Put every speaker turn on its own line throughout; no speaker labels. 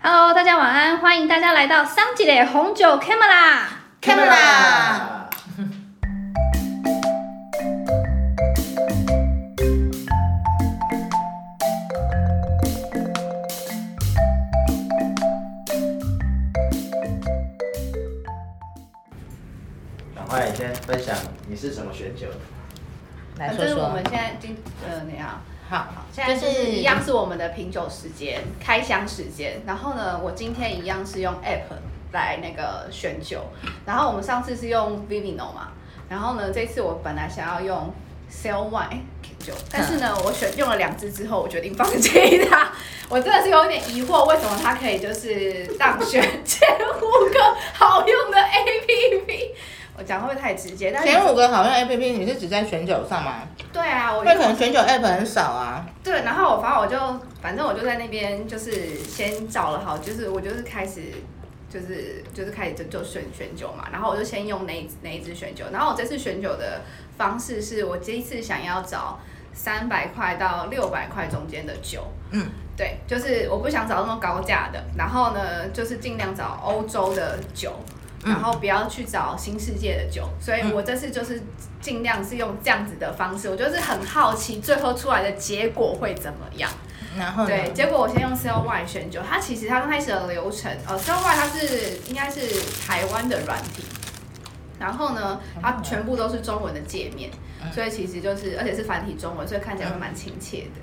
Hello，大家晚安，欢迎大家来到桑吉的红酒 Camera。
Camera
赶快先分享你是怎么选酒的？
来说
嗯就是我
说
们，现在今呃那样，
好，
现在就
就是
一样是我们的品酒时间、开箱时间。然后呢，我今天一样是用 App 来那个选酒。然后我们上次是用 Vivino 嘛，然后呢，这次我本来想要用 Sale One 酒，但是
嗯
呢，我选用了两支之后，我决定放弃它。我真的是有点疑惑，为什么它可以就是当 选前五个好用的 APP？我讲会不会太直接？但是
前五个好像 A P P 你是只在选酒上吗？
对啊，我
那可能选酒 App 很少啊。
对，然后我反正我就反正我就在那边就是先找了好，就是我就是开始就是就是开始就就选选酒嘛，然后我就先用哪一哪一支选酒，然后我这次选酒的方式是我这一次想要找三百块到六百块中间的酒，
嗯，
对，就是我不想找那么高价的，然后呢就是尽量找欧洲的酒。
嗯
然后不要去找新世界的酒，所以我这次就是尽量是用这样子的方式，我就是很好奇最后出来的结果会怎么样。
然后呢？
对，结果我先用 Sell One 选酒，它其实它刚开始的流程，呃，Sell One 它是应该是台湾的软体，然后呢，它全部都是中文的界面，
嗯
所以其实就是而且是繁体中文，所以看起来会蛮亲切的。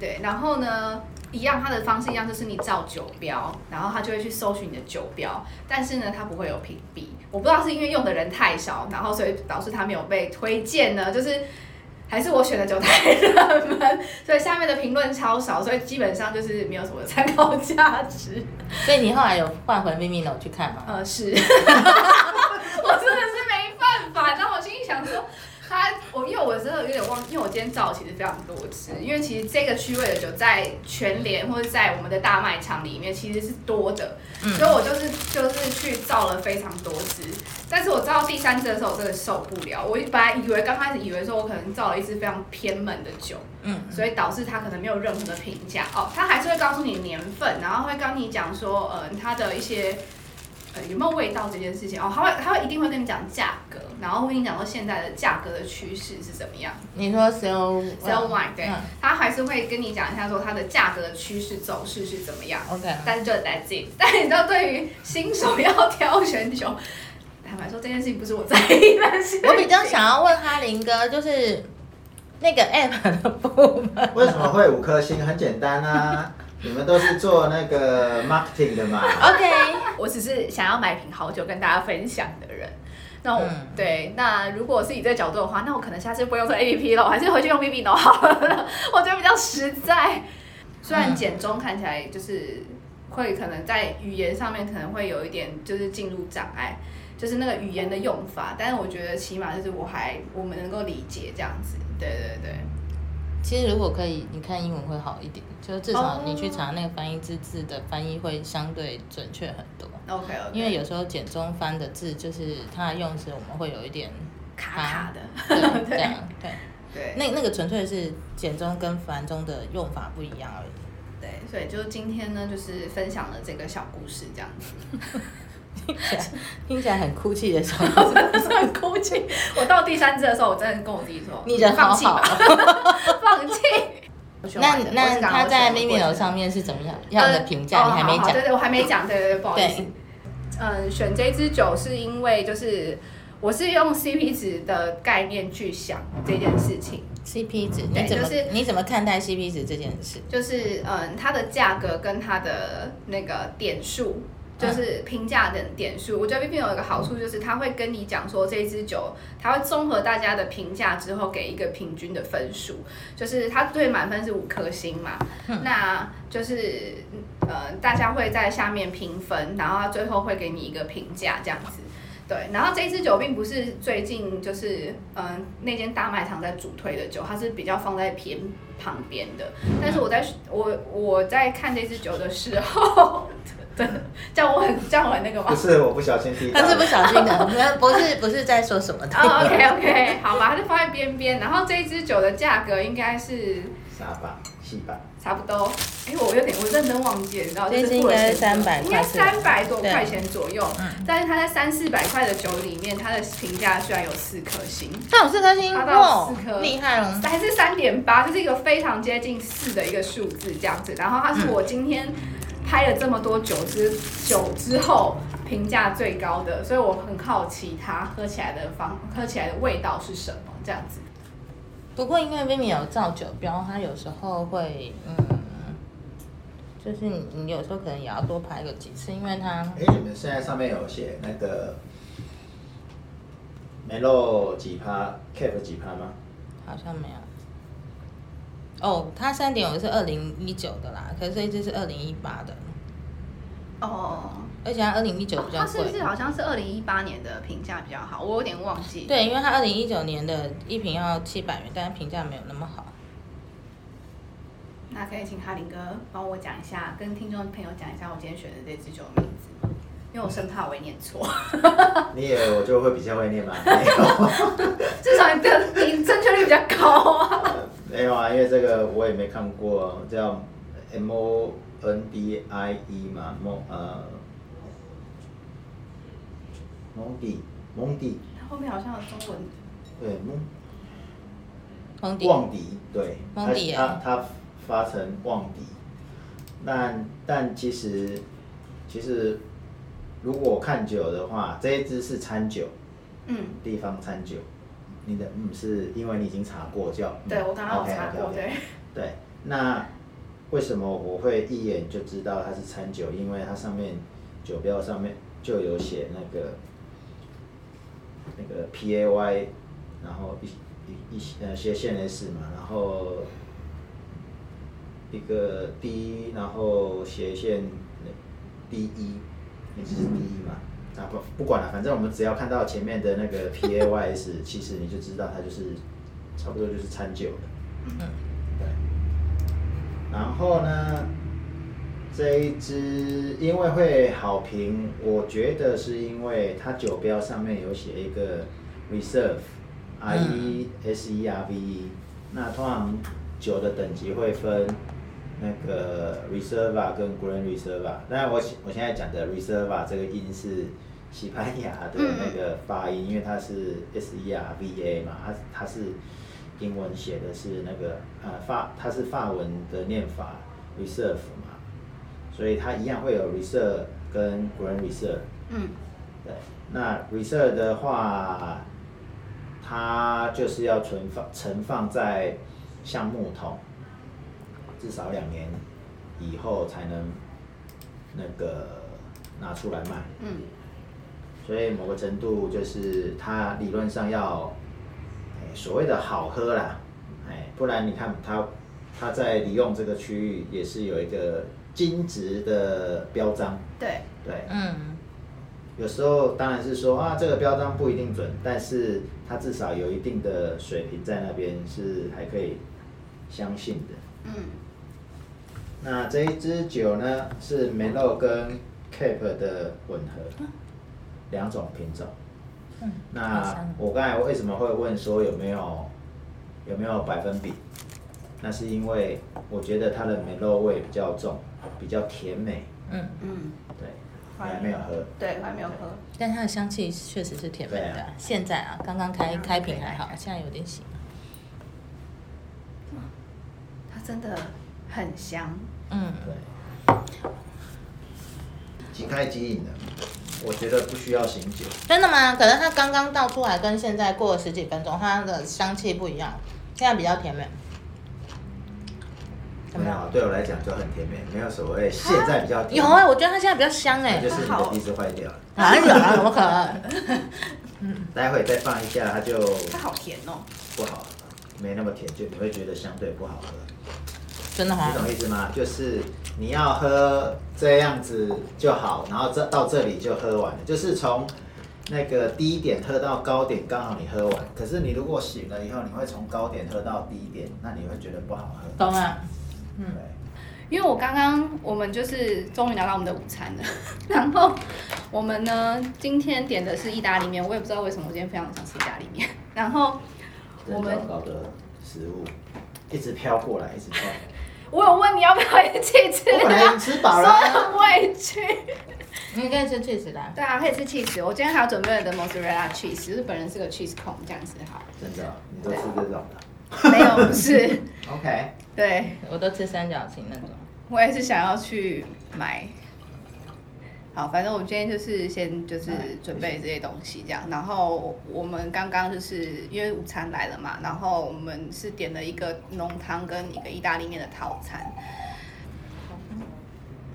对，然后呢，一样它的方式一样就是你照酒标，然后它就会去搜寻你的酒标，但是呢，它不会有屏蔽。我不知道是因为用的人太少，然后所以导致它没有被推荐呢，就是还是我选的酒太热门，所以下面的评论超少，所以基本上就是没有什么参考价值。
所以你后来有换回 Vivino 去看吗？
呃， 是，我真的是没办法。但我心里想说，他我因为我真的有点忘，因为我今天照其实非常多支，因为其实这个区位的酒在全联或者在我们的大卖场里面其实是多的，
嗯
所以我就是就是去照了非常多支。但是我照到第三支的时候，我真的受不了。我本来以为刚开始以为说我可能照了一支非常偏门的酒，
嗯，
所以导致他可能没有任何的评价哦，他还是会告诉你年份，然后会跟你讲说，呃，它的一些呃有没有味道这件事情哦，他会他会一定会跟你讲价格，然后会跟你讲说现在的价格的趋势是怎么样
你说 Sale
，sell wine 对
嗯，
他还是会跟你讲一下说它的价格的趋势走势是怎么样，
OK，
但是就 that's it。但 你知道，对于新手要挑选酒，坦白说这件事情不是我在意的事情，
我比较想要问哈林哥，就是那个 App 的部分，
为什么会五颗星？很简单 啊，你们都是做那个 marketing 的嘛。
OK，
我只是想要买瓶好酒跟大家分享的人。那我、
嗯
对，那如果是以这个角度的话，那我可能下次不用这 A P P 了，我还是回去用 B B 好了，我觉得比较实在。虽然
嗯
简中看起来就是会可能在语言上面可能会有一点就是进入障碍，就是那个语言的用法，但是我觉得起码就是我还我们能够理解这样子，对对对。
其实如果可以，你看英文会好一点，就是至
哦
少你去查那个翻译字字的翻译会相对准确很多。
OK OK，
因为有时候简中翻的字，就是它的用词我们会有一 点
卡卡的，
对这样对。
对
那那个纯粹是简中跟繁中的用法不一样而已。
对，所以就今天呢，就是分享了这个小故事这样子。
听起来很哭泣的小孩子，
很哭泣。 我到第三支的时候，我真的跟我自己说，
你人好
放弃
好
吧，
哦。
放弃。
那那他在 Vimeo 上面是怎么样样的评价？
呃
你还没
哦好好
讲
对。对，我还没讲， 对对对，不好意思
对。
嗯，选这支酒是因为就是我是用 CP 值的概念去想这件事情，
CP 值，
对
你怎么
嗯就是
你怎么看待 CP 值这件事？
就是嗯，它的价格跟它的那个点数，
嗯
就是评价的点数。我觉得 B B 有一个好处就是，它会跟你讲说这一支酒，它会综合大家的评价之后给一个平均的分数，就是它对满分是五颗星嘛，那就是呃大家会在下面评分，然后它最后会给你一个评价这样子。对，然后这一支酒并不是最近就是嗯、呃那间大卖场在主推的酒，它是比较放在偏旁边的。但是我在我我在看这支酒的时候， 对，这样我很这样我很那个吗
不？是我不小心踢到
他是不
的，
小心 的，不是不是不是在说什么的。
哦、o k OK，好吧，它就放在边边。然后这一支酒的价格应该是
傻吧，戏吧，
差差不多。哎、我有点，我认真忘记了，你知道，
这
就
一
是
支
过了
应该
很久
300
应该
块是吧
三百多
对
块钱左右。
嗯，
但是它在三四百块的酒里面，它的评价居然有四颗星，
它有四颗星，
它到
哇
四颗，
厉害哦！
还是三点八，就是一个非常接近四的一个数字这样子。然后它是我今天拍了这么多酒之酒之后评价最高的，所以我很好奇它喝起来的方喝起来的味道是什么这样子。
不过因为 Vimi 有造酒标，它有时候会，嗯，就是你你有时候可能也要多拍个几次，因为它
哎、你们现在上面有写那个梅洛几趴 c a p 几趴吗？
好像没有。哦，它三点五是二零一九的啦，可是这一支是二零一八的，
哦，
而且它二零一九比较
它啊是
贵。
不是好像是二零一八年的评价比较好？我有点忘记。
对，因为它二零一九年的一瓶要七百元，但是评价没有那么好。
那可以请哈林哥帮我讲一下，跟听众朋友讲一下我今天选的这支酒的名字吗？因为我生怕我会念错。
你以为我就会比较会念吗？没有，
至少你的你正确率比较高啊。
没有啊，因为这个我也没看过，叫 M O N D I E 嘛，蒙呃蒙迪蒙迪
后面好像有中文，
对蒙
蒙迪，
旺迪，对，
旺
它
迪啊
它
耶
它发成旺迪，但但其实其实如果我看酒的话，这一支是餐酒，
嗯，
地方餐酒，你的嗯是因为你已经查过叫，嗯
对我刚刚有
OK，
查
OK，
过，
OK
对，
对，那为什么我会一眼就知道它是餐酒？因为它上面酒标上面就有写那个那个 P A Y，然后一一一呃斜线 S 嘛，然后一个 D，然后斜线 D 一，也就是 D 一嘛。然后不管了，反正我们只要看到前面的那个 P A Y S，其实你就知道它就是差不多就是餐酒了。对，然后呢，这一支因为会好评，我觉得是因为它酒标上面有写一个 reserve R E S E R V E，、那通常酒的等级会分。那个 reserva 跟 grand reserva，当然我我现在讲的 reserva 这个音是西班牙的那个发音，因为它是 S E R V A 嘛，它它是英文写的是那个呃法，它是法文的念法 reserve 嘛，所以它一样会有 reserve 跟 grand reserve。
嗯，
对，那 reserve 的话，它就是要存放存放在橡木桶，至少两年以后才能那个拿出来卖。
嗯，
所以某个程度就是它理论上要，哎所谓的好喝啦，哎，不然你看它它在利用这个区域也是有一个金值的标章，
对，
对，
嗯，
有时候当然是说啊，这个标章不一定准，但是它至少有一定的水平在那边是还可以相信的。
嗯，
那这一支酒呢是梅洛跟 Cape 的混合，两种品种。
嗯
那我刚才为什么会问说有没有有没有百分比？那是因为我觉得它的梅洛味比较重，比较甜美。
嗯，
嗯，
对，你还没有喝。
对，我还没有喝。
但它的香气确实是甜美
对
的
啊。
现在啊，刚刚
嗯
开开瓶还好，现在有点醒。
它真的很香，
嗯，
对，即开即饮的，我觉得不需要醒酒。
真的吗？可能它刚刚倒出来跟现在过了十几分钟，它的香气不一样，现在比较甜美。怎么
没
样？
有，对我来讲就很甜美，没有所谓。现在比较甜
有啊，，我觉得它现在比较香哎、
那就
欸。
是你的鼻子坏掉了。
哪有啊？怎么可能？
待会再放一下，它就
它好甜哦。
不好，没那么甜，就你会觉得相对不好喝。
真的
你
吗？
懂意思吗？就是你要喝这样子就好，然后这到这里就喝完了，就是从那个低点喝到高点，刚好你喝完。可是你如果醒了以后，你会从高点喝到低点，那你会觉得不好喝。
懂啊。
对，
因为我刚刚我们就是终于拿到我们的午餐了， 然后我们呢今天点的是意大利面，我也不知道为什么我今天非常想吃意大利面， 然后我们
糟糕的食物一直飘过来，一直飘。
我有问你要不要一起吃
我本来已
啊，
经吃饱
说
了啊。
很委屈。
你可以吃 cheese 啦。
对啊，可以吃 cheese。我今天还有准备了的 mozzarella cheese，就是本人是个 cheese 控，这样子好了。
真的，你都吃这种的
没有，不是，
？OK，
对
我都吃三角形那种。
我也是想要去买。好，反正我今天就是先就是准备这些东西这样，然后我们刚刚就是因为午餐来了嘛，然后我们是点了一个浓汤跟一个意大利面的套餐。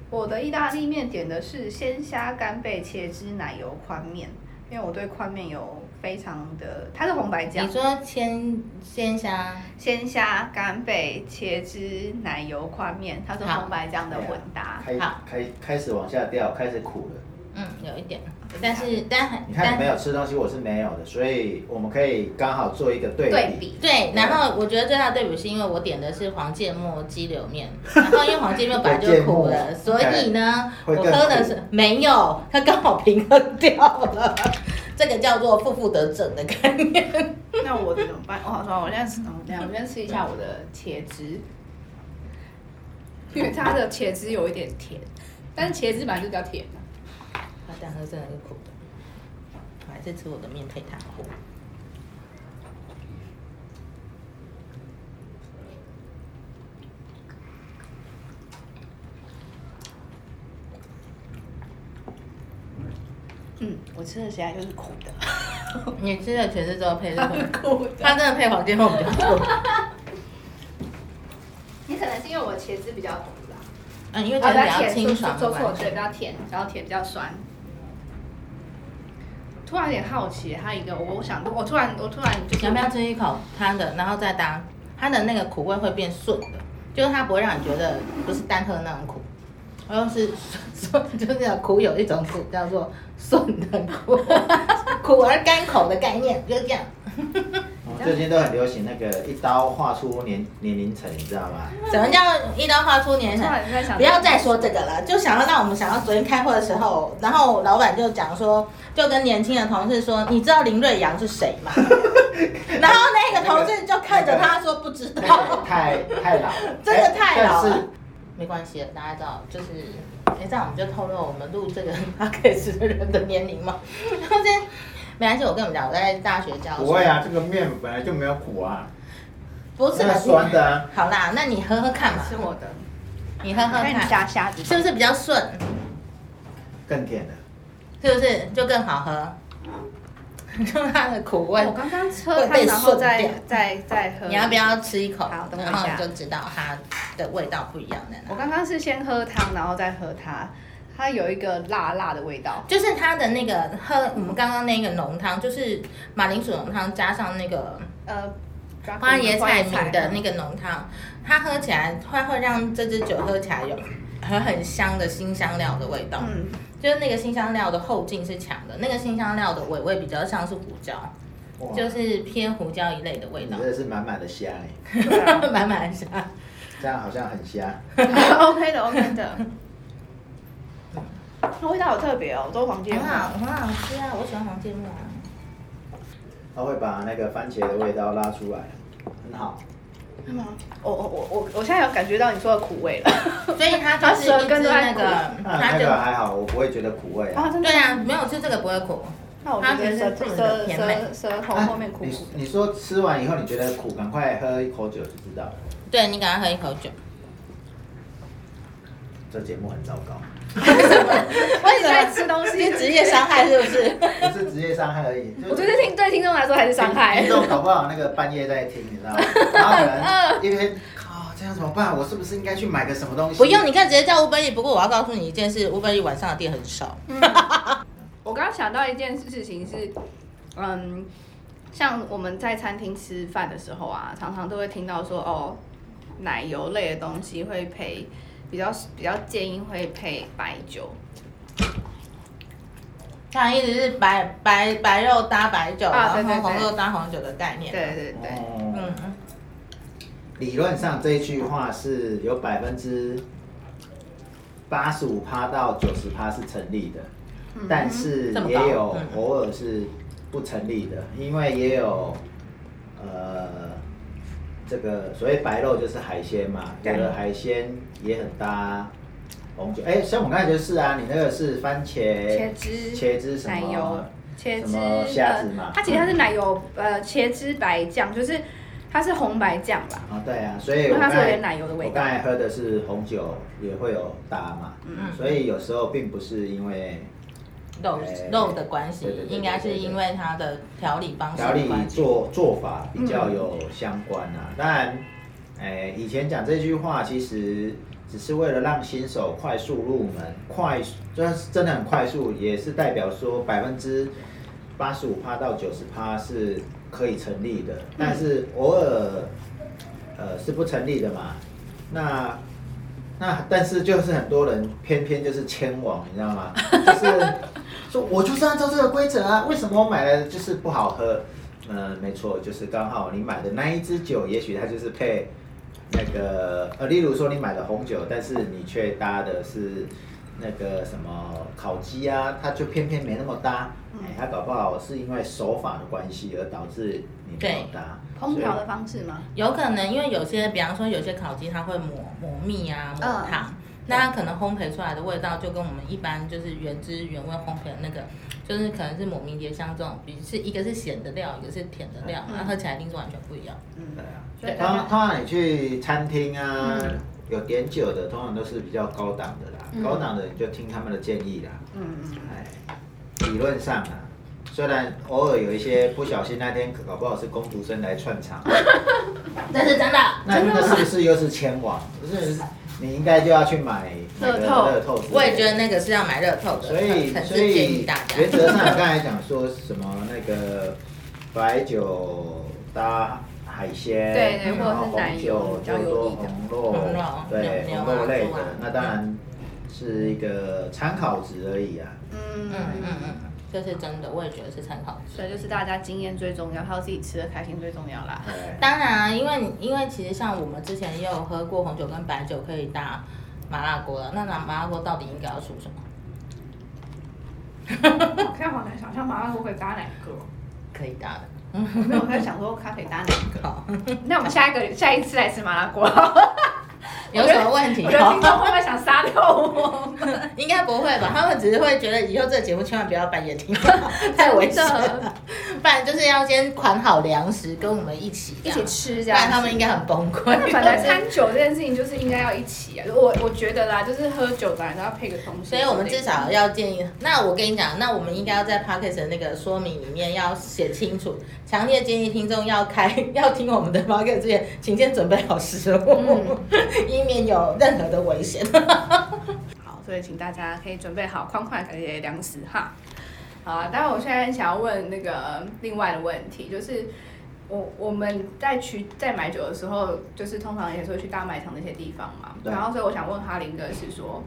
我的意大利面点的是鲜虾干贝茄汁奶油宽面，因为我对宽面有非常的，它是红白酱
你，说鲜鲜虾，
鲜虾干贝茄汁奶油宽面，它是
好
红白酱的混搭。
哎开
好
开开始往下掉，开始苦了。
嗯，有一点，但是但很
你看你
但
没有吃东西，我是没有的，所以我们可以刚好做一个对比。
对比，
对，然后我觉得最大的对比是因为我点的是黄芥末鸡柳 面，然后因为黄芥末本来就苦了，所以呢，我
会更苦
喝的是没有，它刚好平衡掉了，这个叫做负负得正的概念。
那我的怎么办？我好说，我现在吃，我等一下我先吃一下我的茄汁，因为它的茄汁有一点甜，但是茄汁本来就比较甜嘛。
它但喝真的是苦的，我还是吃我的面配它苦。
嗯，我吃的起来就是苦的，
你吃了全是之后配是苦的，
苦
它。真的配黄芥末比较苦。
你可能是因为我的茄汁比较苦啦，
嗯，因为
我
觉得比较
甜，
清爽的
做错
完
对，
全。
比较甜，比较甜，比较酸。突然有点好奇，还有一个，我我想，我突然，我突然就是
你要不要吃一口它的，然后再搭它的那个苦味会变顺的，就是它不会让你觉得不是单喝那种苦，而是 顺，就是苦有一种苦叫做顺的 苦，苦而甘口的概念，就是这样。
我哦们最近都很流行那个一刀划出年年龄层，你知道 吗？
什么叫一刀划出年
突
神？
然在想，
不要再说这个了，就想要让我们想到昨天开会的时候，然后老板就讲说，就跟年轻的同事说，你知道林瑞阳是谁 吗？然后那个同事就看着他说不知道。
太太老了，
真的太老
哎
了。没关系的，大家知道，就是，哎，这样我们就透露我们录这个 podcast 的人的年龄嘛。然后这没关系，我跟你们讲，我在大学教
但
书。
是不会啊，这个面本来就没有苦啊，
不是
那
的
是酸的啊。
好啦，那你喝喝看嘛，
吃我的，
你喝喝
那你
看，
虾虾子
是不是比较顺？
更甜的。
是不是就更好喝？ 就它的苦味
哦我。刚刚
会
喝它，
被
然后
顺
再
掉
再再喝。
你要不？要吃一口？
好等我一
然后
下
你就知道它的味道不一样在哪。
我刚刚是先喝汤，然后再喝它，它有一个辣辣的味道。
就是它的那个喝，我们刚刚那个浓汤，就是马铃薯浓汤加上那个
呃，
花椰菜米的
嗯
那个浓汤，它喝起来它会让这支酒喝起来有很很香的新香料的味道，
嗯，
就是那个新香料的后劲是强的，那个新香料的尾味比较像是胡椒，
哇，
就是偏胡椒一类的味
你
道
真，的是满满的虾哎，
对啊
满满的香。
这样好像很虾。
OK 的 OK 的。那味道好特别哦，都黄芥
很
末。
好，很好吃啊！我喜欢黄芥末啊。
它会把那个番茄的味道拉出来，很好。
是吗？嗯我我我我我现在有感觉到你说的苦味了。
所以它就是一支那个，
那
它
那
就
个还好，我不会觉得苦味啊。
啊，真的
对。啊，没有吃这个不会苦，
那我觉得舌
它其实是
舌
甜美
舌舌
啊
头后面苦苦
你你说吃完以后你觉得苦，赶快喝一口酒就知道了。
对你赶快喝一口酒。
这节目很糟糕，
为
什么在吃 东西
是职业伤害是不是？
不是职业伤害而 已。就
的。我觉得听对听众来说还是伤害
听。众搞不好那个半夜在听，你知道吗？然后可能一 边靠，这样怎么办？我是不是应该去买个什么东西？
不用，你可以直接叫 Uber E。不过我要告诉你一件事，Uber E 晚上的店很少。
我刚刚想到一件事情是，嗯，像我们在餐厅吃饭的时候啊，常常都会听到说，哦，奶油类的东西会配，比较比较建议会配白酒。
它一直是白白白肉搭白酒，
啊对
然后
对
红
对
肉搭红酒的概念。
对，对对，
啊哦，
嗯，
理论上这一句话是有百分之八十五趴到九十趴是成立的，
嗯
但是
这么
也
高
有
嗯
偶尔是不成立的，因为也有呃这个所谓白肉就是海鲜嘛，有
对
的海鲜也很搭红酒。哎、像我刚才就是啊，你那个是番茄
茄汁、
茄汁什么啊
奶油、茄
什
汁
么虾子嘛
呃，它其实它是奶油呃茄汁白酱，就是它是红白酱吧。
啊，对啊，所以
因
我
为它
刚
是有
才
点奶油的味道
我刚才喝的是红酒，也会有搭嘛，嗯，所以有时候并不是因为
肉
哎
肉的关系
对对对，对
应该是因为它的调理方式
调
的
理
关系。
做做法比较有相关啊。当然，哎，以前讲这句话其实只是为了让新手快速入门，快就是真的很快速，也是代表说百分之八十五趴到九十趴是可以成立的，但是偶尔呃是不成立的嘛。那那但是就是很多人偏偏就是签网，你知道吗？ 就是说我就是按照这个规则啊，为什么我买了就是不好喝？嗯，没错，就是刚好你买的那一支酒，也许它就是配那个呃，例如说你买了红酒，但是你却搭的是那个什么烤鸡啊，它就偏偏没那么搭。
嗯
哎、它搞不好是因为手法的关系而导致你没有搭。
烹调的
所
方式吗？
有可能因为有些，比方说有些烤鸡，它会抹抹蜜啊，抹
嗯
糖，那它可能烘焙出来的味道就跟我们一般就是原汁原味烘焙的那个，就是可能是抹迷迭香这种，比是一个是咸的料，一个是甜的料，
嗯
那喝起来一定是完全不一样。
嗯
以，对啊，
所以
通
大
常
家
通常你去餐厅啊，
嗯
有点酒的，通常都是比较高档的啦，
嗯
高档的你就听他们的建议啦。
嗯嗯
哎，理论上啊，虽然偶尔有一些不小心，那天搞不好是工读生来串 场，
但是真的，
那那是不是又是签网？不是，你应该就要去买那个
乐透
乐透之类的。
我也觉得那个是要买热透的，
所以
很
所
是建议
以
大家。嗯
原则 上，刚才讲说什么那个白酒搭海鲜，
对对
然后
或者是奶
红酒
油比较
就
有
说
益的
红肉，
红肉
对
牛
红肉
牛啊
类
猪
的
啊，
那当然是一个参考值而已啊。
嗯
嗯
嗯
嗯嗯，这是真的，我也觉得是参考。
所以就是大家经验最重要，还有自己吃的开心最重要啦。
哎
当然啊，因为你因为其实像我们之前也有喝过红酒跟白酒可以搭麻辣锅了，那拿麻辣锅到底应该要出什么？
我现在好难想象麻辣锅可以搭哪个，
可以搭的。
没有我在想说它可以搭哪个。
好，
那我们下一个下一次来吃麻辣锅，
有什么问题
我觉得听众会不会想杀掉 我们？
应该不会吧？他们只是会觉得以后这个节目千万不要半夜 听，太危险了。不然就是要先款好粮食，跟我们一起这
一
样
起，吃
不
这样
然
子。
他们应该很崩溃
那。本来餐酒这件事情就是应该要一起啊，我我觉得啦，就是喝酒本来都要配个东西 之
所
类的，
以我们至少要建议。那我跟你讲，那我们应该要在 p o c k e t 的那个说明里面要写清楚，强烈建议听众要开 要听我们的 p o c k e t 之前，请先准备好食物，
嗯
以免有任何的危险。
好，所以请大家可以准备好宽宽的粮食哈。好啊，但我现在想要问那个另外的问题，就是我我们在去在买酒的时候，就是通常也是会去大卖场那些地方嘛。
对
然后，所以我想问哈林哥是说，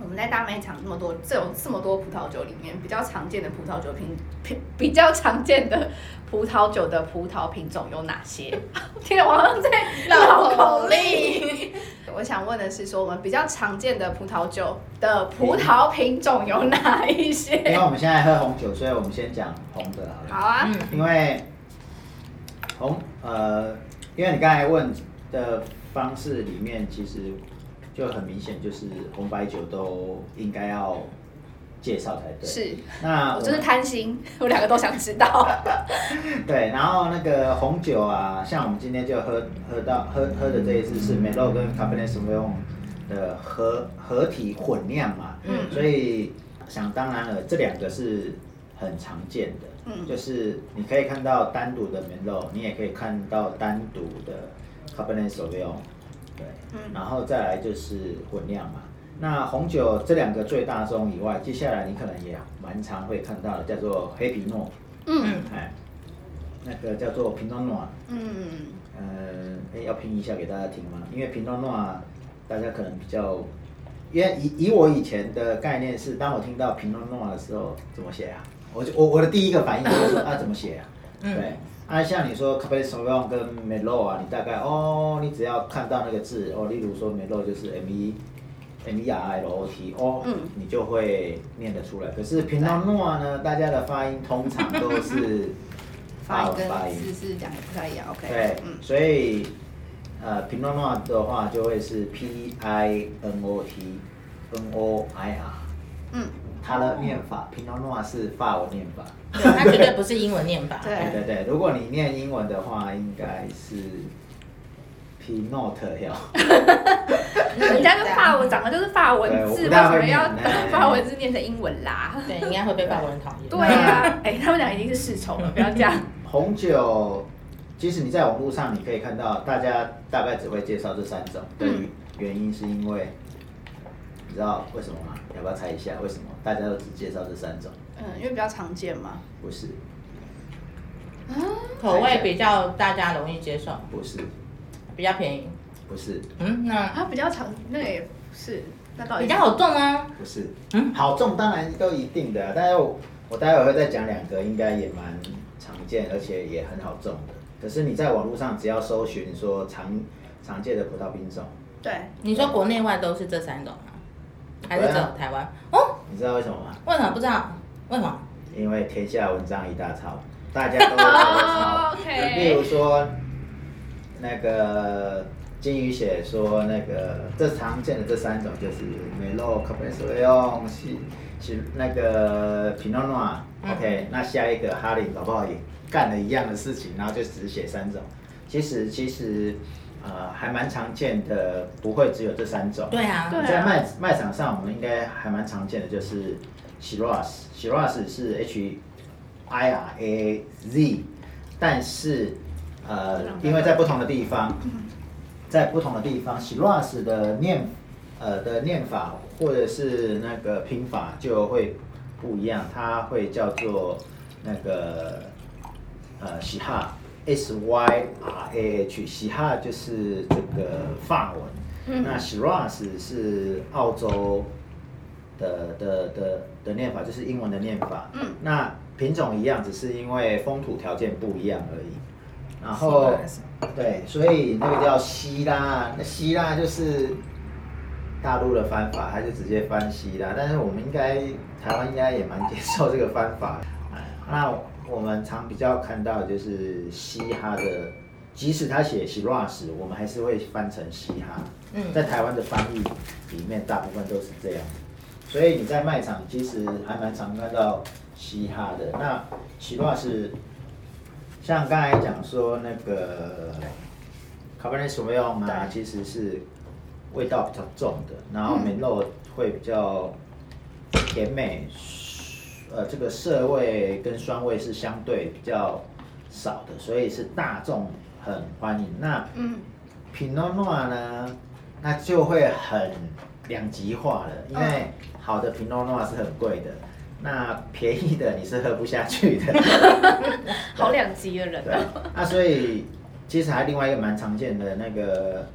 我们在大卖场这么多这种这么多葡萄酒里面，比较常见的葡萄酒品品比较常见的葡萄酒的葡萄品种有哪些？ 天啊，我好像在绕口令。我想问的是说，我们比较常见的葡萄酒的葡萄品种有哪一
因为
些？
我们现在喝红酒，所以我们先讲红的好了。
好啊，
嗯，
因为红呃，因为你刚才问的方式里面，其实就很明显，就是红白酒都应该要介绍才对。，
是
那
我
们
就是贪心，我两个都想知道。
对，然后那个红酒啊，像我们今天就喝喝到喝喝的这一支是 Merlot 跟 Cabernet Sauvignon 的合合体混酿嘛，
嗯
所以想当然了，这两个是很常见的，
嗯
就是你可以看到单独的 Merlot，你也可以看到单独的 Cabernet Sauvignon，对，
嗯
然后再来就是混酿嘛。那红酒这两个最大宗以外，接下来你可能也蛮常会看到的，叫做黑皮诺，
嗯
哎，那个叫做平东诺，
嗯，
呃，哎，要拼一下给大家听吗？因为平东诺大家可能比较，因为以以我以前的概念是，当我听到平东诺的时候，怎么写啊？我就我我的第一个反应就是说啊，怎么写啊？
嗯
对。啊，像你说 Cabernet Sauvignon 跟 Merlot 啊，你大概哦，你只要看到那个字哦，例如说 Merlot 就是 M E M E R L O T 哦，
嗯
你就会念得出来。可是平东诺呢，大家的发音通常都是
发音
发
跟
音
字是讲的不太一样。OK，
对，
嗯，
所以呃，平诺诺的话就会是 P I N O T N O I R，
嗯，
它的念法平诺诺是法文念法。
对，它绝对不是英文念法。
对
对对对，如果你念英文的话，应该是 Pinot 要。
人家就法文长得就是法文
对我
字，
不
为
大会
什么要
念
把
哎
法文字念成英文啦？
对，应该会被法国人讨厌。
对
啊
呀，哎，他们俩一定是世仇了，不要 这样。
红酒，即使你在网络上你可以看到，大家大概只会介绍这三种。对
嗯，
原因是因为你知道为什么吗？要不要猜一下为什么大家都只介绍这三种？
嗯，因为比较常见嘛。
不是，
口味比较大家容易接受，
不是，
比较便宜。
不是，
嗯，那
啊，比较常，那也不是，那到底
比较好种啊。
不是。
嗯
好重当然都一定的啊，但是我我待会儿会再讲两个，应该也蛮常见，而且也很好种的。可是你在网络上只要搜寻说常常见的葡萄品种，
对，
你说国内外都是这三种吗？还是只有台
啊
湾？哦，
你知道为什么吗？
为什么不知道？为什么？
因为天下文章一大抄，大家都在抄。
OK
例如说，那个金鱼写说，那个这常见的这三种就是梅洛、卡本索用、是是那个皮诺诺。
嗯
OK，、那下一个哈林搞不好也干了一样的事情，然后就只写三种。其实其实呃还蛮常见的，不会只有这三种。
对啊，
对啊
在卖卖场上，我们应该还蛮常见的，就是 Shiraz，Shiraz 是 H I R A Z，但是呃，因为在不同的嗯地方，在不同的地方，Shiraz 的念呃的念法或者是那个拼法就会不一样，它会叫做那个呃喜哈 S Y R A H，喜哈就是这个法文，那 Shiraz 是澳洲的的的的念法，就是英文的念法。
嗯，
那品种一样，只是因为风土条件不一样而已。然后
Shiraz
对，所以那个叫希腊，那希腊就是大陆的翻法，它就直接翻希腊。但是我们应该台湾应该也蛮接受这个翻法。哎那我们常比较看到的就是嘻哈的，即使他写 Shiraz，我们还是会翻成嘻哈。
嗯
在台湾的翻译里面，大部分都是这样。所以你在卖场其实还蛮常看到嘻哈的。那 Shiraz 像刚才讲说那个 Cabernet s a u v i g n 啊，其实是味道比较重的，然后梅肉会比较甜美，呃，这个涩味跟酸味是相对比较少的，所以是大众很欢迎。那
嗯，
品诺诺呢，那就会很两极化了，因为好的品诺诺是很贵的，那便宜的你是喝不下去的。
好两极的人
对
啊。，
那所以其实还另外一个蛮常见的那个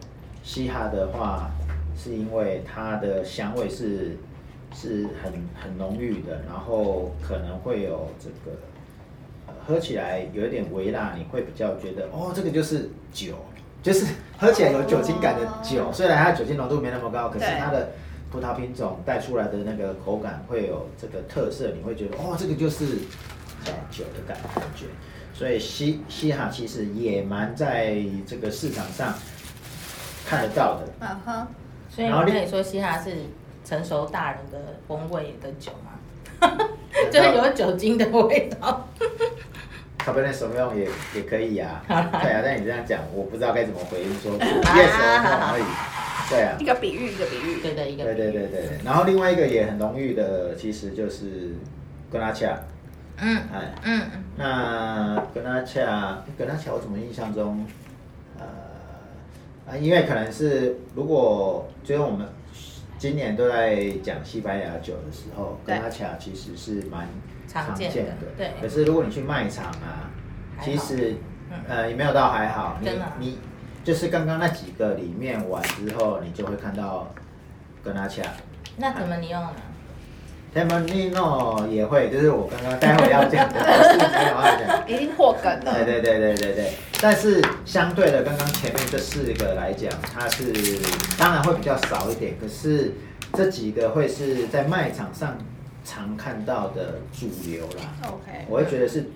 嘻哈的话，是因为它的香味是是很很浓郁的，然后可能会有这个、呃喝起来有一点微辣，你会比较觉得哦，这个就是酒，就是喝起来有酒精感的酒，
哦
虽然它的酒精浓度没那么高，可是
对
它的。葡萄品种带出来的那个口感会有这个特色，你会觉得哦，这个就是呃酒的感感觉。所以西西哈其实也蛮在这个市场上看得到的。
嗯哼，
所以我跟你说，嘻哈是成熟大人的风味的酒嘛，就是有酒精的味道。
Cabernet s a u v i g n 也也可以啊，对
好啦
啊，但你这样讲，我不知道该怎么回应说
啊
yes or no 而已。对啊
一，个比喻，一个比喻。
对的，一个
对对对对。然后另外一个也很浓郁的，其实就是格拉恰，
嗯
哎，
嗯嗯，
那跟他恰跟他恰，我怎么印象中，呃，啊，因为可能是如果就是我们今年都在讲西班牙酒的时候，
对
跟他恰其实是蛮
常见的
见
对
可是如果你去卖场啊，
还好
其实
嗯
呃也没有到还好，你
真的啊
你就是刚刚那几个里面完之后，你就会看到跟他恰。
那怎么你用呢？
t e m a n i n o 也会，就是我刚刚待会要讲的，我是没有要讲。
已经破梗
对
了。
对对对对对，但是相对的，刚刚前面这四个来讲，它是当然会比较少一点，可是这几个会是在卖场上常看到的主流啦。
OK，
嗯
我会觉得是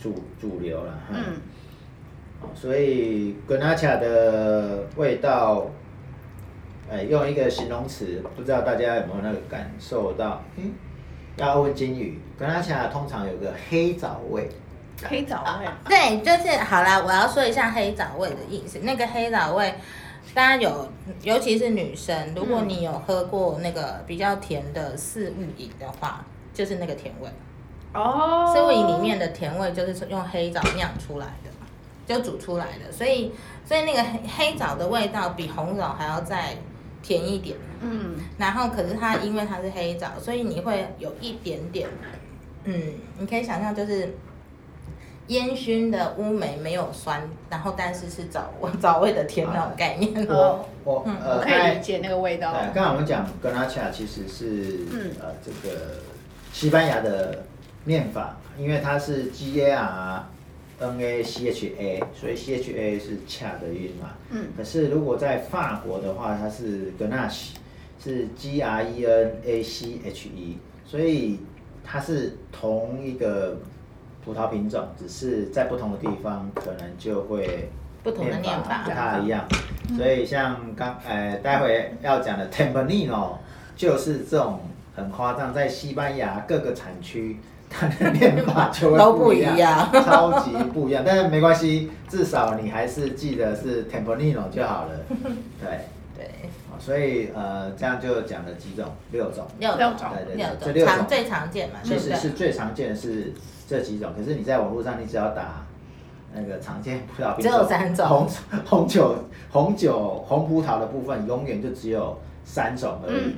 主主流啦。哈
嗯，
哦所以 Ganacha 的味道，哎，用一个形容词，不知道大家有没有那个感受到？嗯，要问金鱼，Ganacha 通常有个黑枣味。
黑枣味，
欸对，就是好啦，我要说一下黑枣味的意思。那个黑枣味，大家有，尤其是女生，如果你有喝过那个比较甜的四物饮的话，就是那个甜味。
哦
四物饮里面的甜味就是用黑枣酿出来的，就煮出来的，所以所以那个黑黑枣的味道比红枣还要再甜一点。
嗯，
然后可是它因为它是黑枣，所以你会有一点点，嗯，你可以想象就是烟熏的乌梅没有酸，然后但是是枣味 枣味的甜那种概念。
哦
我我
嗯
呃，
我可以理解那个味道。
哎对，刚才我们讲 ganacha 其实是、
哦嗯
呃这个西班牙的念法，因为它是 G A R N A C H A，所以 C H A 是恰的音嘛。
嗯。
可是如果在法国的话，它是 ganache，是 G R E N A C H E，所以它是同一个葡萄品种，只是在不同的地方可能就会
不同的念法
不太一样。所以像刚呃，待会要讲的 Tempranillo 就是这种很夸张，在西班牙各个产区它的念法就会
都
不
不
一
一样
超级不一样。但是没关系，至少你还是记得是 Tempranillo 就好了。对，
对，
好所以呃，这样就讲了几种，六种。
六
六
种
种
对对对这
六
六
种
种
常最常见嘛，对
其
不
实是
啊对？
最常见的是这几种，可是你在网络上你只要打那个常见葡萄品
只有三种
红红酒、红酒、红葡萄的部分永远就只有三种而
嗯
已。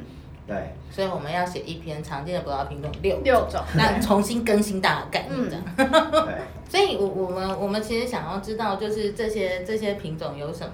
对，
所以我们要写一篇常见的葡萄品种六种，
六种，嗯
让重新更新大家的概念这样。
对，
所以我我们我们其实想要知道，就是这些这些品种有什么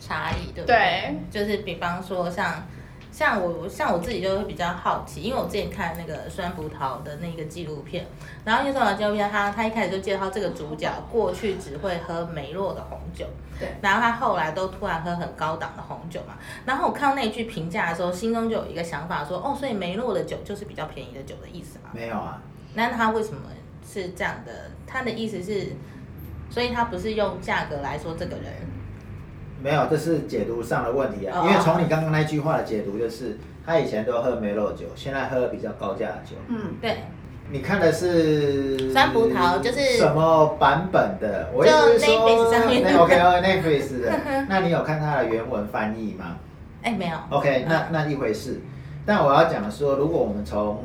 差异，对不
对？
就是比方说像像我像我自己就会比较好奇，因为我之前看那个酸葡萄的那个纪录片，然后那时候纪录片他他一开始就介绍这个主角过去只会喝梅洛的红酒，
对，
然后他后来都突然喝很高档的红酒嘛，然后我看到那句评价的时候，心中就有一个想法说，哦，所以梅洛的酒就是比较便宜的酒的意思嘛。
没有啊，
那他为什么是这样的？他的意思是，所以他不是用价格来说这个人，
没有，这是解读上的问题啊。
哦
因为从你刚刚那句话的解读，就是他以前都喝梅洛酒，现在喝比较高价的酒。
嗯，
对，
你看的是
酸葡萄就是
什么版本的？我意思是说
就 Netflix 上面的
OK 哦 Netflix 的，那你有看它的原文翻译吗？
哎，没有
OK，那
啊
那一回事。但我要讲的说，如果我们从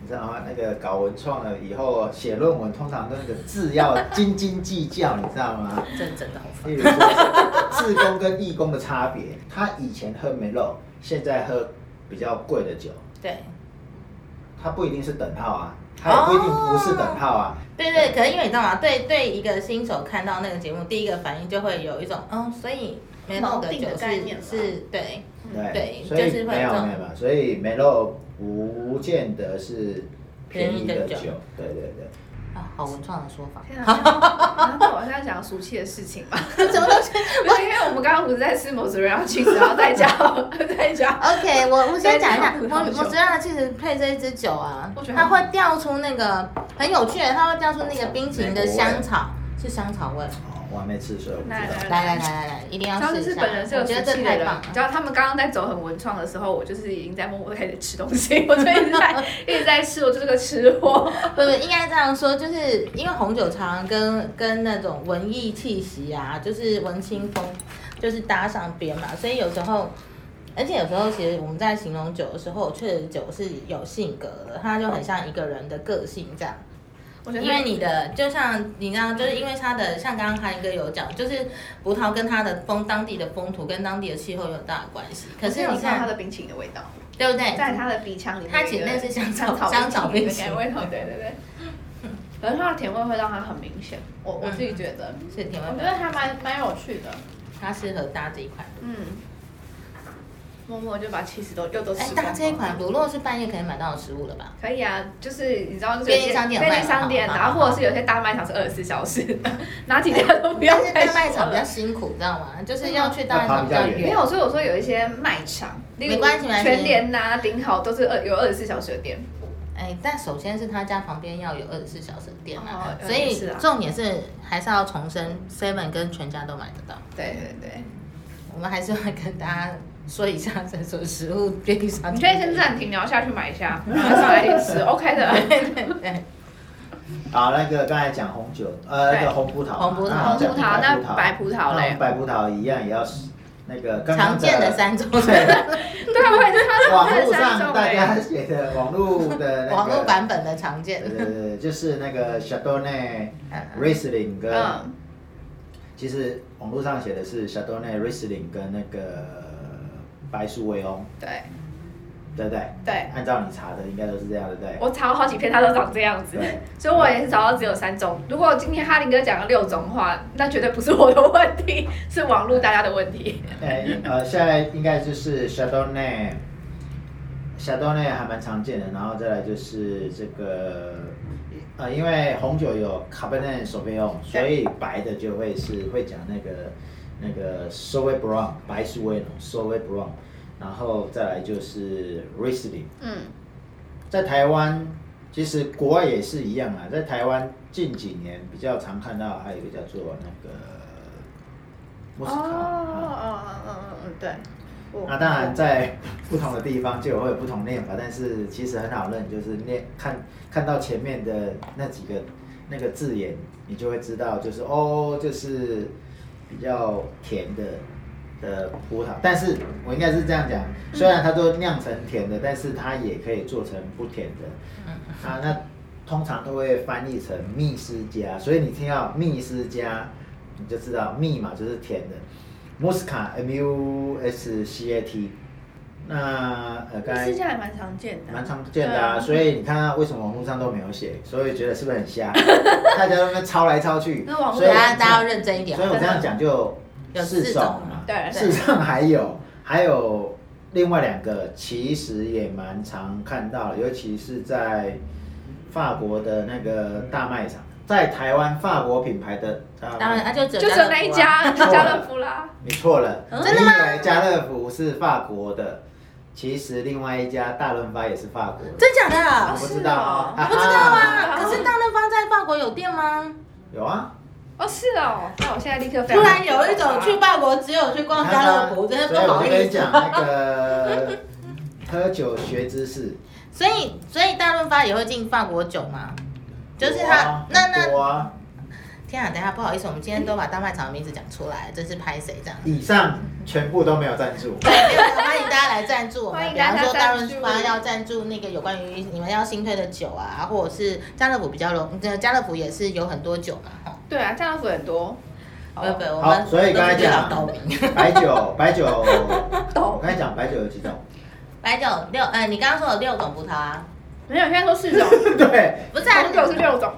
你知道吗？那个搞文创的以后写论文，通常都那个字要斤斤计较，你知道吗？
这真的好烦。
例如 说，自工跟义工的差别，他以前喝梅肉，现在喝比较贵的酒，
对，
他不一定是等号啊，他也不一定不是
哦
等号啊。
对对，可能因为你知道吗？对对，一个新手看到那个节目，第一个反应就会有一种，嗯，所以没弄
锚定
酒
的概念
是
吧
是，对，
对
对，
所
就是
以
会
没有
这种
没有，嘛，所以梅肉不见得是便
便
宜
宜的
的
酒
酒，对对对。
啊，好文创的说法。
天啊！那我现在讲俗气的事情 吧，
什么东 西
不是因为我们刚刚不是在吃某族人要 去，然后在家在家，
？OK，我我先 讲一下，
对
我我知道它其实配这一支酒啊
我觉，得
它会调出那个很有趣的，它会调出那个冰淇淋的
美国味
香草，是香草味。
哦，我还没吃，所以我不知
来
道。
来
来来来来来，一哦定要
然
试
后就
一
是
下
本人是有
我觉
福
得这
气的
太
人
棒，
你
了。
知道他们刚刚在走很文创的时候，我就是已经在默默地开始吃东西，我就一直在一直在吃，我就是个吃货。
不不，应该这样说，就是因为红酒常常跟跟那种文艺气息啊，就是文青风，就是搭上边嘛，所以有时候。而且有时候，其实我们在形容酒的时候，确实酒是有性格的，它就很像一个人的个性这样。
我觉得
因为你的就像你那样，就是因为它的像刚刚韩哥有讲，就是葡萄跟它的风当地的风土跟当地的气候有很大的关系。可是
我
你
知道它
看，
的冰淇淋的味道，
对不对？
在它的鼻腔里面，
它其实那是香草
香
香草
冰
冰淇淋
的味道，对对对。可是它的甜味会让它很明显，我我自己觉得，
是甜味
我觉
本
得
来，
还蛮蛮有趣的。
它适合搭这一款。
嗯。默默就把气死都又都
哎
吃，光
搭
光。
这一款乳酪是半夜可以买到的食物了 吧？
可以啊，就是你知道，就是有
便利
些
商店有卖
便利商店，
嘛
然后或者是有些大卖场是二十四小时的， 哪几家都不要
但是
太
大卖
说
场比较
了
辛苦，知道吗？就是
啊
要去大卖场比
要
较
跑比较远
没
远。
有，所以我说有一些卖场，例如啊
没关系没关系
全联呐、林好都是二有二十四小时的店，
哎，但首先是他家旁边要有二十四小时的店啊，
哦
所
也
以
是啊
重点是还是要重申，Seven 跟全家都买得到。
对对对，
我们还是要跟大家说一下这种食物便利商
你
店。
可以先暂停，然后下去买一下，然后上来一 起吃，OK 的。
对，
好，那个刚才讲红酒，呃，
对
那个红葡萄嘛，
红葡萄
那我
红
们讲
葡萄那白葡萄
那我
嘞
们？白葡萄一样也要是那个刚刚
常见的三种。
对，
对啊，我也是他
网
常见
络
的三
上
种
大家
哎。
写的网络的那个
网络版本的常见
对，对对，就是那个 Chardonnay、
嗯
Riesling 跟，
嗯，
其实网络上写的是 Chardonnay、Riesling 跟那个白苏维翁，
对
对不对？
对，
按照你查的应该都是这样，对不对？
我查了好几篇，它都长这样子，
对，
所以我也是找到只有三种。如果今天哈林哥讲了六种的话，那绝对不是我的问题，是网络大家的问题。
哎呃，现在应该就是 Chardonnay。Chardonnay 还蛮常见的，然后再来就是这个，呃，因为红酒有 Cabernet Sauvignon，所以白的就会是会讲那个那个 Sauvignon Blanc 白苏维农 Sauvignon Blanc，然后再来就是 Riesling，
嗯，
在台湾其实国外也是一样啊，在台湾近几年比较常看到还有一个叫做那个莫斯
哦
科。啊
哦嗯嗯嗯嗯，对。我
那当然，在不同的地方就会有不同念法，但是其实很好认，就是念看看到前面的那几个那个字眼，你就会知道，就是哦，就是比较甜的的葡萄。但是我应该是这样讲，虽然它都酿成甜的，但是它也可以做成不甜的。啊，那通常都会翻译成蜜斯加，所以你听到蜜斯加，你就知道蜜嘛就是甜的。Muscat M U S C A T，那呃，刚才
私下还蛮常见的，
蛮常见的啊，
对
所以你看到为什么网络上都没有写，所以觉得是不是很瞎？大家都在那边抄来抄去，
那网络
所以
大家大家要认真一点
所以。我这样讲就
有
四
四
种
种
嘛
嘛，
对
事实上还有还有另外两个，其实也蛮常看到的，尤其是在法国的那个大卖场，在台湾法国品牌的大卖
当然，啊，就只
就
有
只有那一家
家乐福啊
家乐福啦。
你错了，
嗯
你
真的
以为家乐福是法国的，其实另外一家大润发也是法国的。
真假
哦
的
我？不知道啊，
我不知道啊。
啊
可是大润发在法国有店吗？
有啊，
哦，是哦，那我现在立刻非
突
常
然有一种去法国只有去逛家乐福，真的
所以
不
啊我
好
就跟
意
你
思。
讲那个 喝酒学知识，
所以，所以大润发也会进法国酒吗？就是
有啊
他那那
有啊，
天啊，等一下，不好意思，我们今天都把大卖场的名字讲出来，真是拍谁 这样。
以上全部都没有赞助，
对没有欢迎大家来赞助我
欢
们，
迎
比
大
方
家
说大
赞
润
助
发要赞助那个有关于你们要新推的酒啊，或者是家乐福比较容，呃家乐福也是有很多酒嘛，哈。
对啊，家乐福很多。
不不，我
好
们
所以刚才讲
都是最早
白酒白酒，我刚才讲白酒有几种？
白酒六，呃，你刚刚说有六种葡萄啊？
没有，现在说四种，
对，
不是啊，
红酒是六种，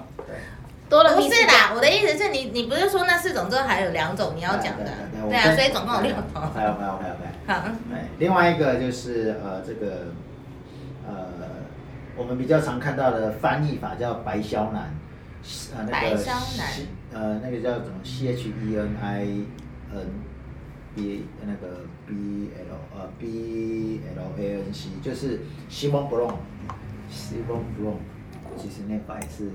多
了
不
蜜
是
汁
啦，我的意思是你，你不是说那四种之后还有两种你要讲的？对啊，所以总共有六种。
还有还有还有还有。
好，
哎，另外一个就是呃，这个呃，我们比较常看到的翻译法叫白肖南，呃，那个
白肖南
西呃，那个叫什么 C H E N I N B 那个 B L 呃 B L A N C，就是西蒙布隆，西蒙布隆，其实那白是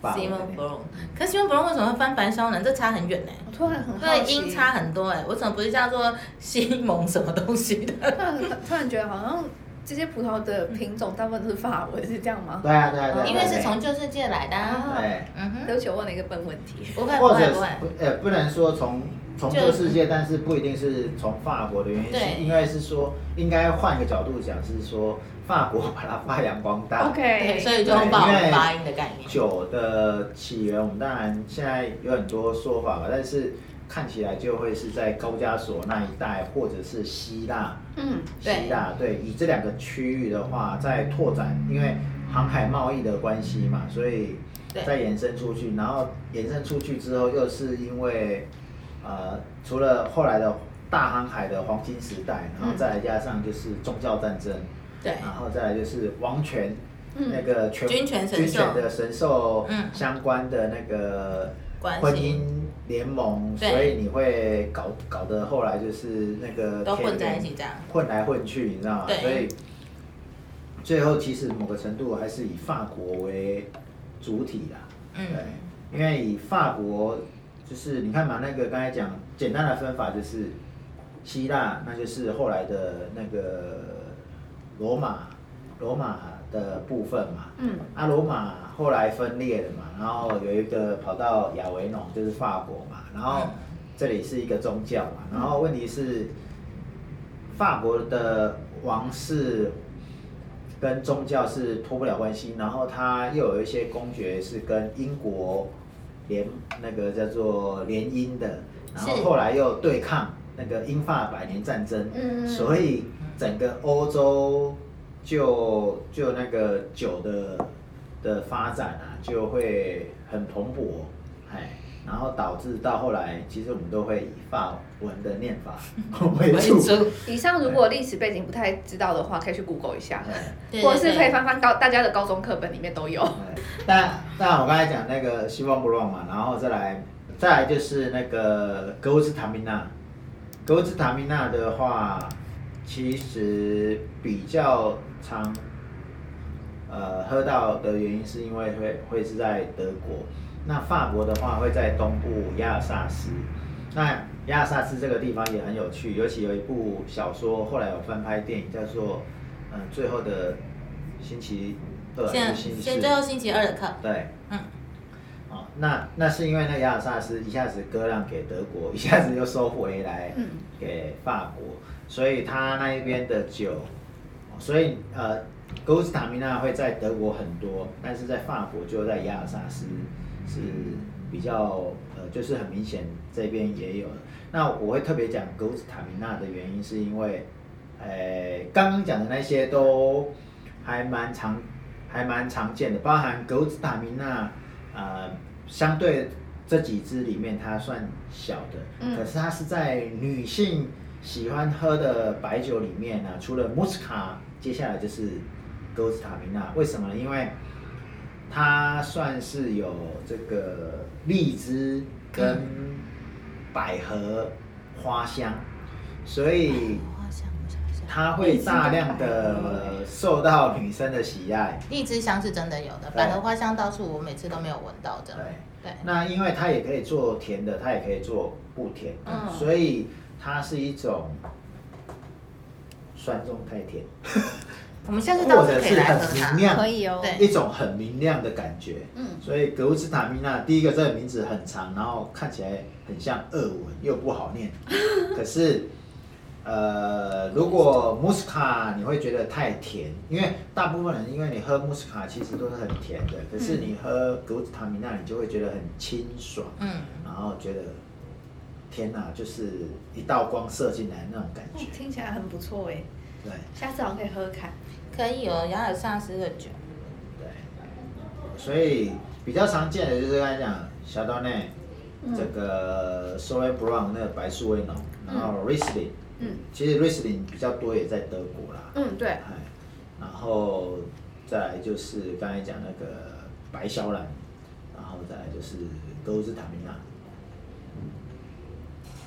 法文的
Simon
那个
Brown，可是 Simon Brown 为什么会翻白肖呢？这差很远呢、
我突然很好
对，
奇，
音差很多哎、我怎么不是叫做西蒙什么东西的？
突然突然觉得好像这些葡萄的品种大部分都是法文，是这样吗？
对啊对啊对啊，
哦因为是
对
从旧世界来的、啊。
对。
嗯
对
哼，
不起，我问了一个笨问 题。
不会不
或
会
者
不会，
不呃不能说从从这个世界，但是不一定是从法国的原因，
对
是应该是说应该换个角度讲，是说法国把它发扬光大。
对，
OK，
所以就用爆发音的概念。
酒的起源，我们当然现在有很多说法吧，但是看起来就会是在高加索那一带，或者是希腊。
嗯，
对
希腊对，以这两个区域的话，在拓展，因为航海贸易的关系嘛，所以
对
再延伸出去，然后延伸出去之后，又是因为呃，除了后来的大航海的黄金时代，然后再来加上就是宗教战争，
对
然后再来就是王权。
嗯
那个权
君权神授
君权的神授
嗯
相关的那个
关系
婚姻联盟，
对
所以你会搞搞得后来就是那个
都混
天
在
人
一起这样
混来混去，你知道吗？
对
所以最后其实某个程度还是以法国为主体啦。
嗯
对，因为以法国就是你看嘛，那个刚才讲简单的分法就是希腊，那就是后来的那个罗马，罗马的部分嘛。
嗯，
啊，罗马后来分裂了嘛，然后有一个跑到亚维农，就是法国嘛，然后这里是一个宗教嘛，然后问题是法国的王室跟宗教是脱不了关系，然后他又有一些公爵是跟英国联那个叫做联姻的，然后
是
后来又对抗那个英法百年战争，
嗯
所以整个欧洲就就那个酒的的发展啊，就会很蓬勃，哎，然后导致到后来，其实我们都会以法文的念 法为主。
以上如果历史背景不太知道的话，可以去 Google 一下，
哎
对
或者是
对
可以翻翻高大家的高中课本里面都有。
哎 但但我刚才讲那个希望不乱嘛，然后再来再来就是那个格乌兹塔米纳，格乌兹塔米纳的话，其实比较常呃喝到的原因是因为会会是在德国，那法国的话会在东部亚尔萨斯，那亚尔萨斯这个地方也很有趣，尤其有一部小说后来有翻拍电影叫做嗯、呃最后的星期二还
现
是星期
现
四
最后星期二的课，
对。
嗯，
哦，那那是因为那亚尔萨斯一下子割让给德国， 一下子又收回来
嗯
给法国，所以他那一边的酒，哦所以呃，格鲁斯塔米纳会在德国很多，但是在法国就在亚尔萨斯是比较呃，就是很明显这边也有的。那我会特别讲格鲁斯塔米纳的原因，是因为，呃，刚刚讲的那些都还蛮常还蛮常见的，包含格鲁兹塔米纳，呃，相对这几支里面它算小的，
嗯
可是它是在女性喜欢喝的白酒里面呢、除了莫斯卡，接下来就是格鲁兹塔米纳。为什么呢？因为它算是有这个荔枝跟百合花香，所以
我想我想一下，
它会大量的受到女生的喜爱。
荔枝香是真的有的，
对
百合花香倒是我每次都没有闻到的。
对
对，
那因为它也可以做甜的，它也可以做不甜的，
嗯
所以它是一种酸中带甜，
我们下次
或
倒是
者
可以
是
来
很
喝
明
它。
亮，
可以哦。
对
一种很明亮的感觉。
嗯，
所以格鲁兹塔米纳，第一个这个名字很长，然后看起来很像俄文，又不好 念。可是，呃，如果穆斯卡你会觉得太甜，因为大部分人因为你喝穆斯卡其实都是很甜的，
嗯
可是你喝格鲁兹塔米纳，你就会觉得很清爽，
嗯，
然后觉得天哪，就是一道光射进来那种感
哦
觉。
嗯
听起来很不错
欸
哎，
对
下次好像可以喝喝看。
可以哦，雅尔萨斯的酒。
对，所以比较常见的就是刚才讲小豆内。这个 s o y Brown 那个白树威农，然后 Riesling，
嗯
其实 Riesling 比较多也在德国啦，
嗯，对
哎，，然后再来就是刚才讲那个白小兰，然后再来就是格鲁兹塔米纳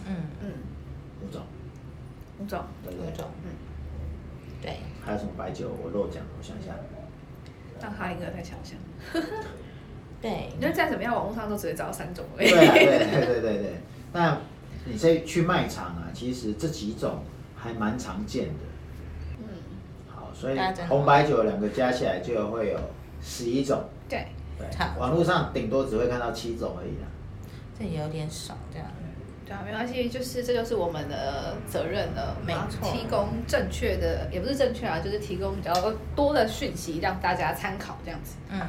嗯，
嗯，
五种，
吴总，
对不
那
对？
种。嗯，对，
还有什么白酒我漏讲，我想一下，
让他一个再想想，
对，
因为再怎么样，网络上都只会找到三种而
对
已。
啊对对对对对，那你再去卖场啊，其实这几种还蛮常见的，
嗯，
好，所以
大家真的
红白酒两个加起来就会有十一种。
对，
对
好，
网络上顶多只会看到七种而已啦。
这有点少这样。
对啊，没关系，就是这就是我们的责任了，
没
我们
错
要提供正确的，也不是正确啊，就是提供比较多的讯息让大家参考这样子。
嗯，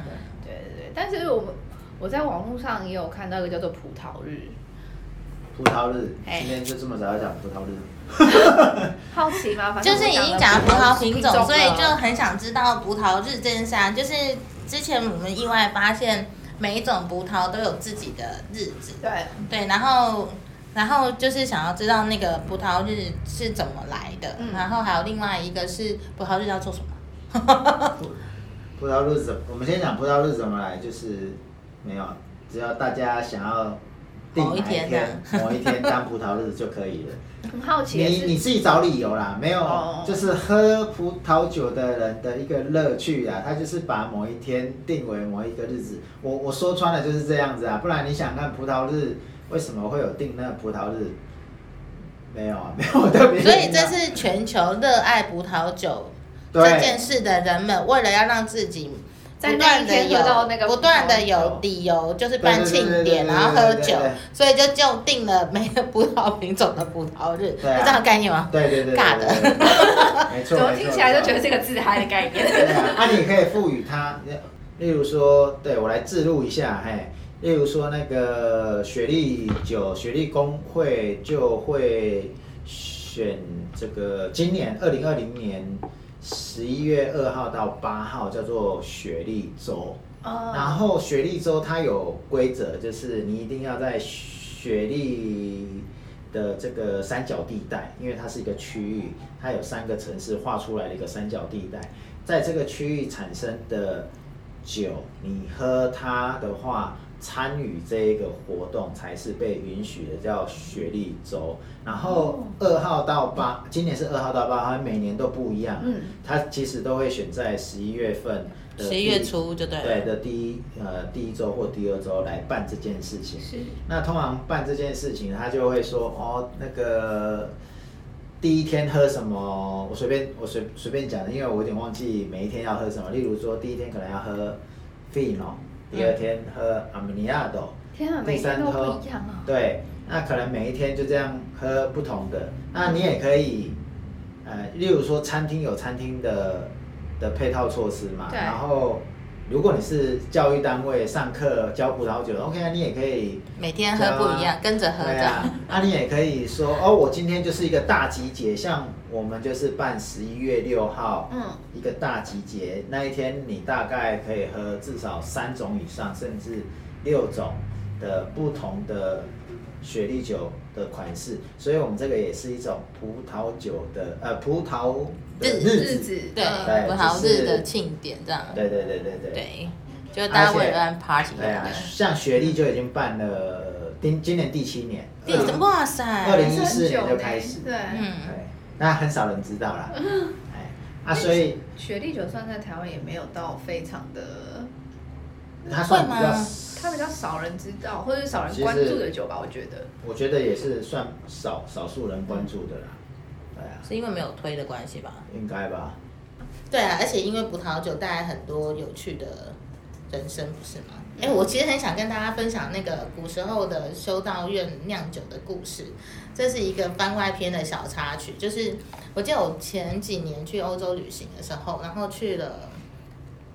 对对对，但是我们我在网络上也有看到一个叫做葡萄日，
葡萄日，
哎
今天就这么早要讲葡萄日。
好奇吗？反正
就
我
是
们
已
了
经讲到葡萄品种，
了
所以就很想知道葡萄日这件事啊。就是之前我们意外发现，每一种葡萄都有自己的日子。
对，
对，然后然后就是想要知道那个葡萄日是怎么来的，
嗯
然后还有另外一个是葡萄日要做什么？
葡萄日怎？我们先讲葡萄日怎么来，就是没有，只要大家想要定
某一
哪
天
天，某一天当葡萄日就可以了。
很好奇
你
的
你
是，
自己找理由啦，没有
哦，
就是喝葡萄酒的人的一个乐趣啊，他就是把某一天定为某一个日子。我我说穿了就是这样子啊，不然你想看葡萄日为什么会有定那个葡萄日？没有啊，没 有特别
所
原因啊。
以这是全球热爱葡萄酒这件
对
事的人们，为了要让自己
在
不
那
断
一
的
天
有
喝到那个
不断的
葡萄
有
酒
理由，就是办
对
庆
对对对对
典，然后喝
对对
酒
对对，
所以就就定了每个葡萄品种的葡萄日，
对啊
是这样概念吗？
对对对对，
尬的
对，对对没错，
怎么
没错
听起来就
没错
觉得这个自嗨的概念？
对 啊，那、你可以赋予它，例如说，对我来置入一下，嘿，例如说那个雪莉酒，雪莉工会就会选这个今年二零二零年十一月二号到八号叫做雪莉周，然
哦，
后雪莉周它有规则，就是你一定要在雪莉的这个三角地带，因为它是一个区域，它有三个城市画出来的一个三角地带，在这个区域产生的酒，你喝它的话，参与这一个活动才是被允许的，叫雪莉周。然
哦
后二号到八，今年是二号到八号，它每年都不一样。
嗯，
它其实都会选在十一月份的
十一月
第
初就对了。
对的第一呃第一周或第二周来办这件事情。
是
那通常办这件事情，他就会说哦，那个第一天喝什么，我随便我随随便讲的，因为我有点忘记每一天要喝什么。例如说，第一天可能要喝 Fino，第二天喝 Aminiado，、
天啊，
第
每
三
天都
喝
不一样啊！
对，那可能每一天就这样喝不同的。那你也可以，呃，例如说餐厅有餐厅的的配套措施嘛，
对
然后。如果你是教育单位上课教葡萄酒，OK 啊，你也可以
每天喝不一样，跟着喝
对
这
啊
样。，
那、你也可以说哦，我今天就是一个大集结，像我们就是办十一月六号，
嗯，
一个大集结那一天，你大概可以喝至少三种以上，甚至六种的不同的雪莉酒的款式，所以我们这个也是一种葡萄酒的呃葡萄的
日
日
子，
子
对
啊
嗯，
葡萄日的庆典这样。
对对对对对
对，就大家为了办 party
对啊，像雪莉就已经办了今今年第七年，嗯
第
20
哇
二
塞，
零一四
是很
年
久
就
呢
开始，
对，
啊嗯，
对，那很少人知道啦。哎，啊，所以
雪莉酒算在台湾也没有到非常的，
它算比
会
较
吗，
它比较少人知道，或者是少人
其实
关注的酒吧，我觉得。
我觉得也是算少少数人关注的啦。对啊，
是因为没有推的关系吧？
应该吧。
对啊，而且因为葡萄酒带来很多有趣的人生，不是吗？
嗯
哎、我其实很想跟大家分享那个古时候的修道院酿酒的故事，这是一个番外篇的小插曲。就是我记得我前几年去欧洲旅行的时候，然后去了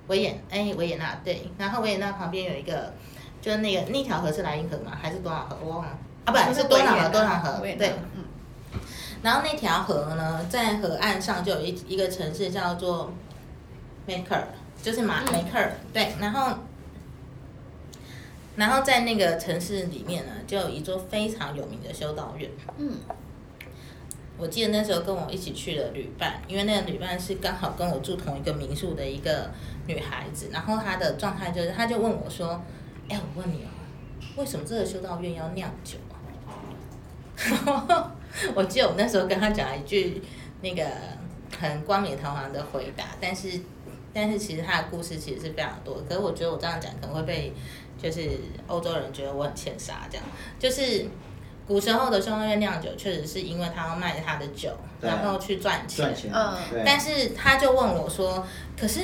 维也哎维也纳对，然后维也纳旁边有一个，就是那个那条河是莱茵河吗？还是多少河？我忘了啊，不是多少河多少河
维也纳
对。
嗯，
然后那条河呢，在河岸上就有一一个城市叫做梅克尔，就是马
嗯
梅克尔。对，然后然后在那个城市里面呢，就有一座非常有名的修道院。
嗯，
我记得那时候跟我一起去的旅伴，因为那个旅伴是刚好跟我住同一个民宿的一个女孩子，然后她的状态就是，她就问我说：“哎、我问你哦，为什么这个修道院要酿酒啊？” 我记得我那时候跟她讲了一句那个很冠冕堂皇的回答，但是但是其实她的故事其实是非常多，可是我觉得我这样讲可能会被就是欧洲人觉得我很欠杀，这样就是。古时候的修道院酿酒，确实是因为他要卖他的酒，
对
然后去赚钱。
赚钱，
嗯
对，啊
但是他就问我说：“可是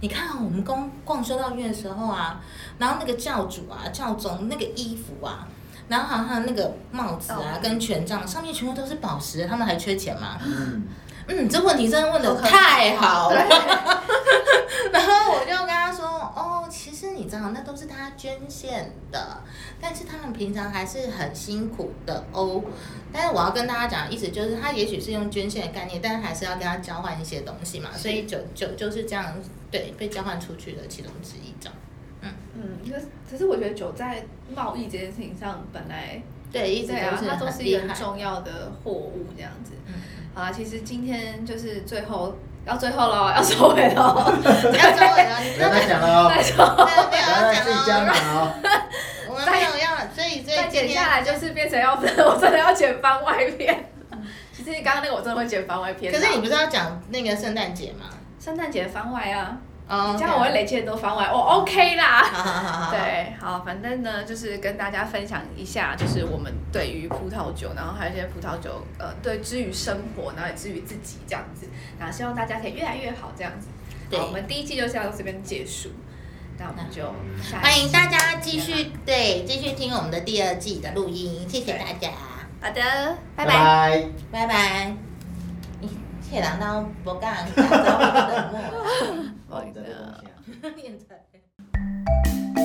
你看啊我们逛逛修道院的时候啊，然后那个教主啊、教宗那个衣服啊，然后还有那个帽子啊
哦
跟权杖上面全部都是宝石，他们还缺钱吗
嗯，？”
嗯，这问题真的问的
好可怕
太好了。
对，
然后我就跟他说，哦，其实你知道，那都是他捐献的，但是他们平常还是很辛苦的哦。但是我要跟大家讲，意思就是他也许是用捐献的概念，但是还是要跟他交换一些东西嘛，所以酒酒就是这样，对，被交换出去的其中之一，这样。
嗯，可是可是我觉得酒在贸易这件事情上本来
对，一直
对啊，它
都
都
是很
是
厉
一
害
个。重要的货物这样子。
嗯
好啦，其实今天就是最后要最后 喽，要收尾喽，
要收尾了，你
不
真
要
的
再讲了哦，
再收
没有
不
没有
要
要
再
讲
自己加
哦，
码哦。
我们没有要，所以所以
再剪下来就是变成要 我真的要剪番外篇。其实刚刚那个我真的会剪番外篇
可
啦，
是你不是要讲那个圣诞节吗？
圣诞节的番外啊，
哦
这样我会累积很多番外，我哦 OK 啦。
好好啊好好，，
对，好，反正呢，就是跟大家分享一下，就是我们对于葡萄酒，然后还有一些葡萄酒，呃，对，之于生活，然后也之于自己这样子，然后希望大家可以越来越好这样子。
对
好，我们第一季就先到这边结束，那我们就下一
嗯欢迎
集
大家继续对继续听我们的第二季的录音，谢谢大家，
好的，拜
拜拜。
拜。
拜拜。咦这人都无讲，讲到我冷漠，
好的
啊 好你在这边先
念着。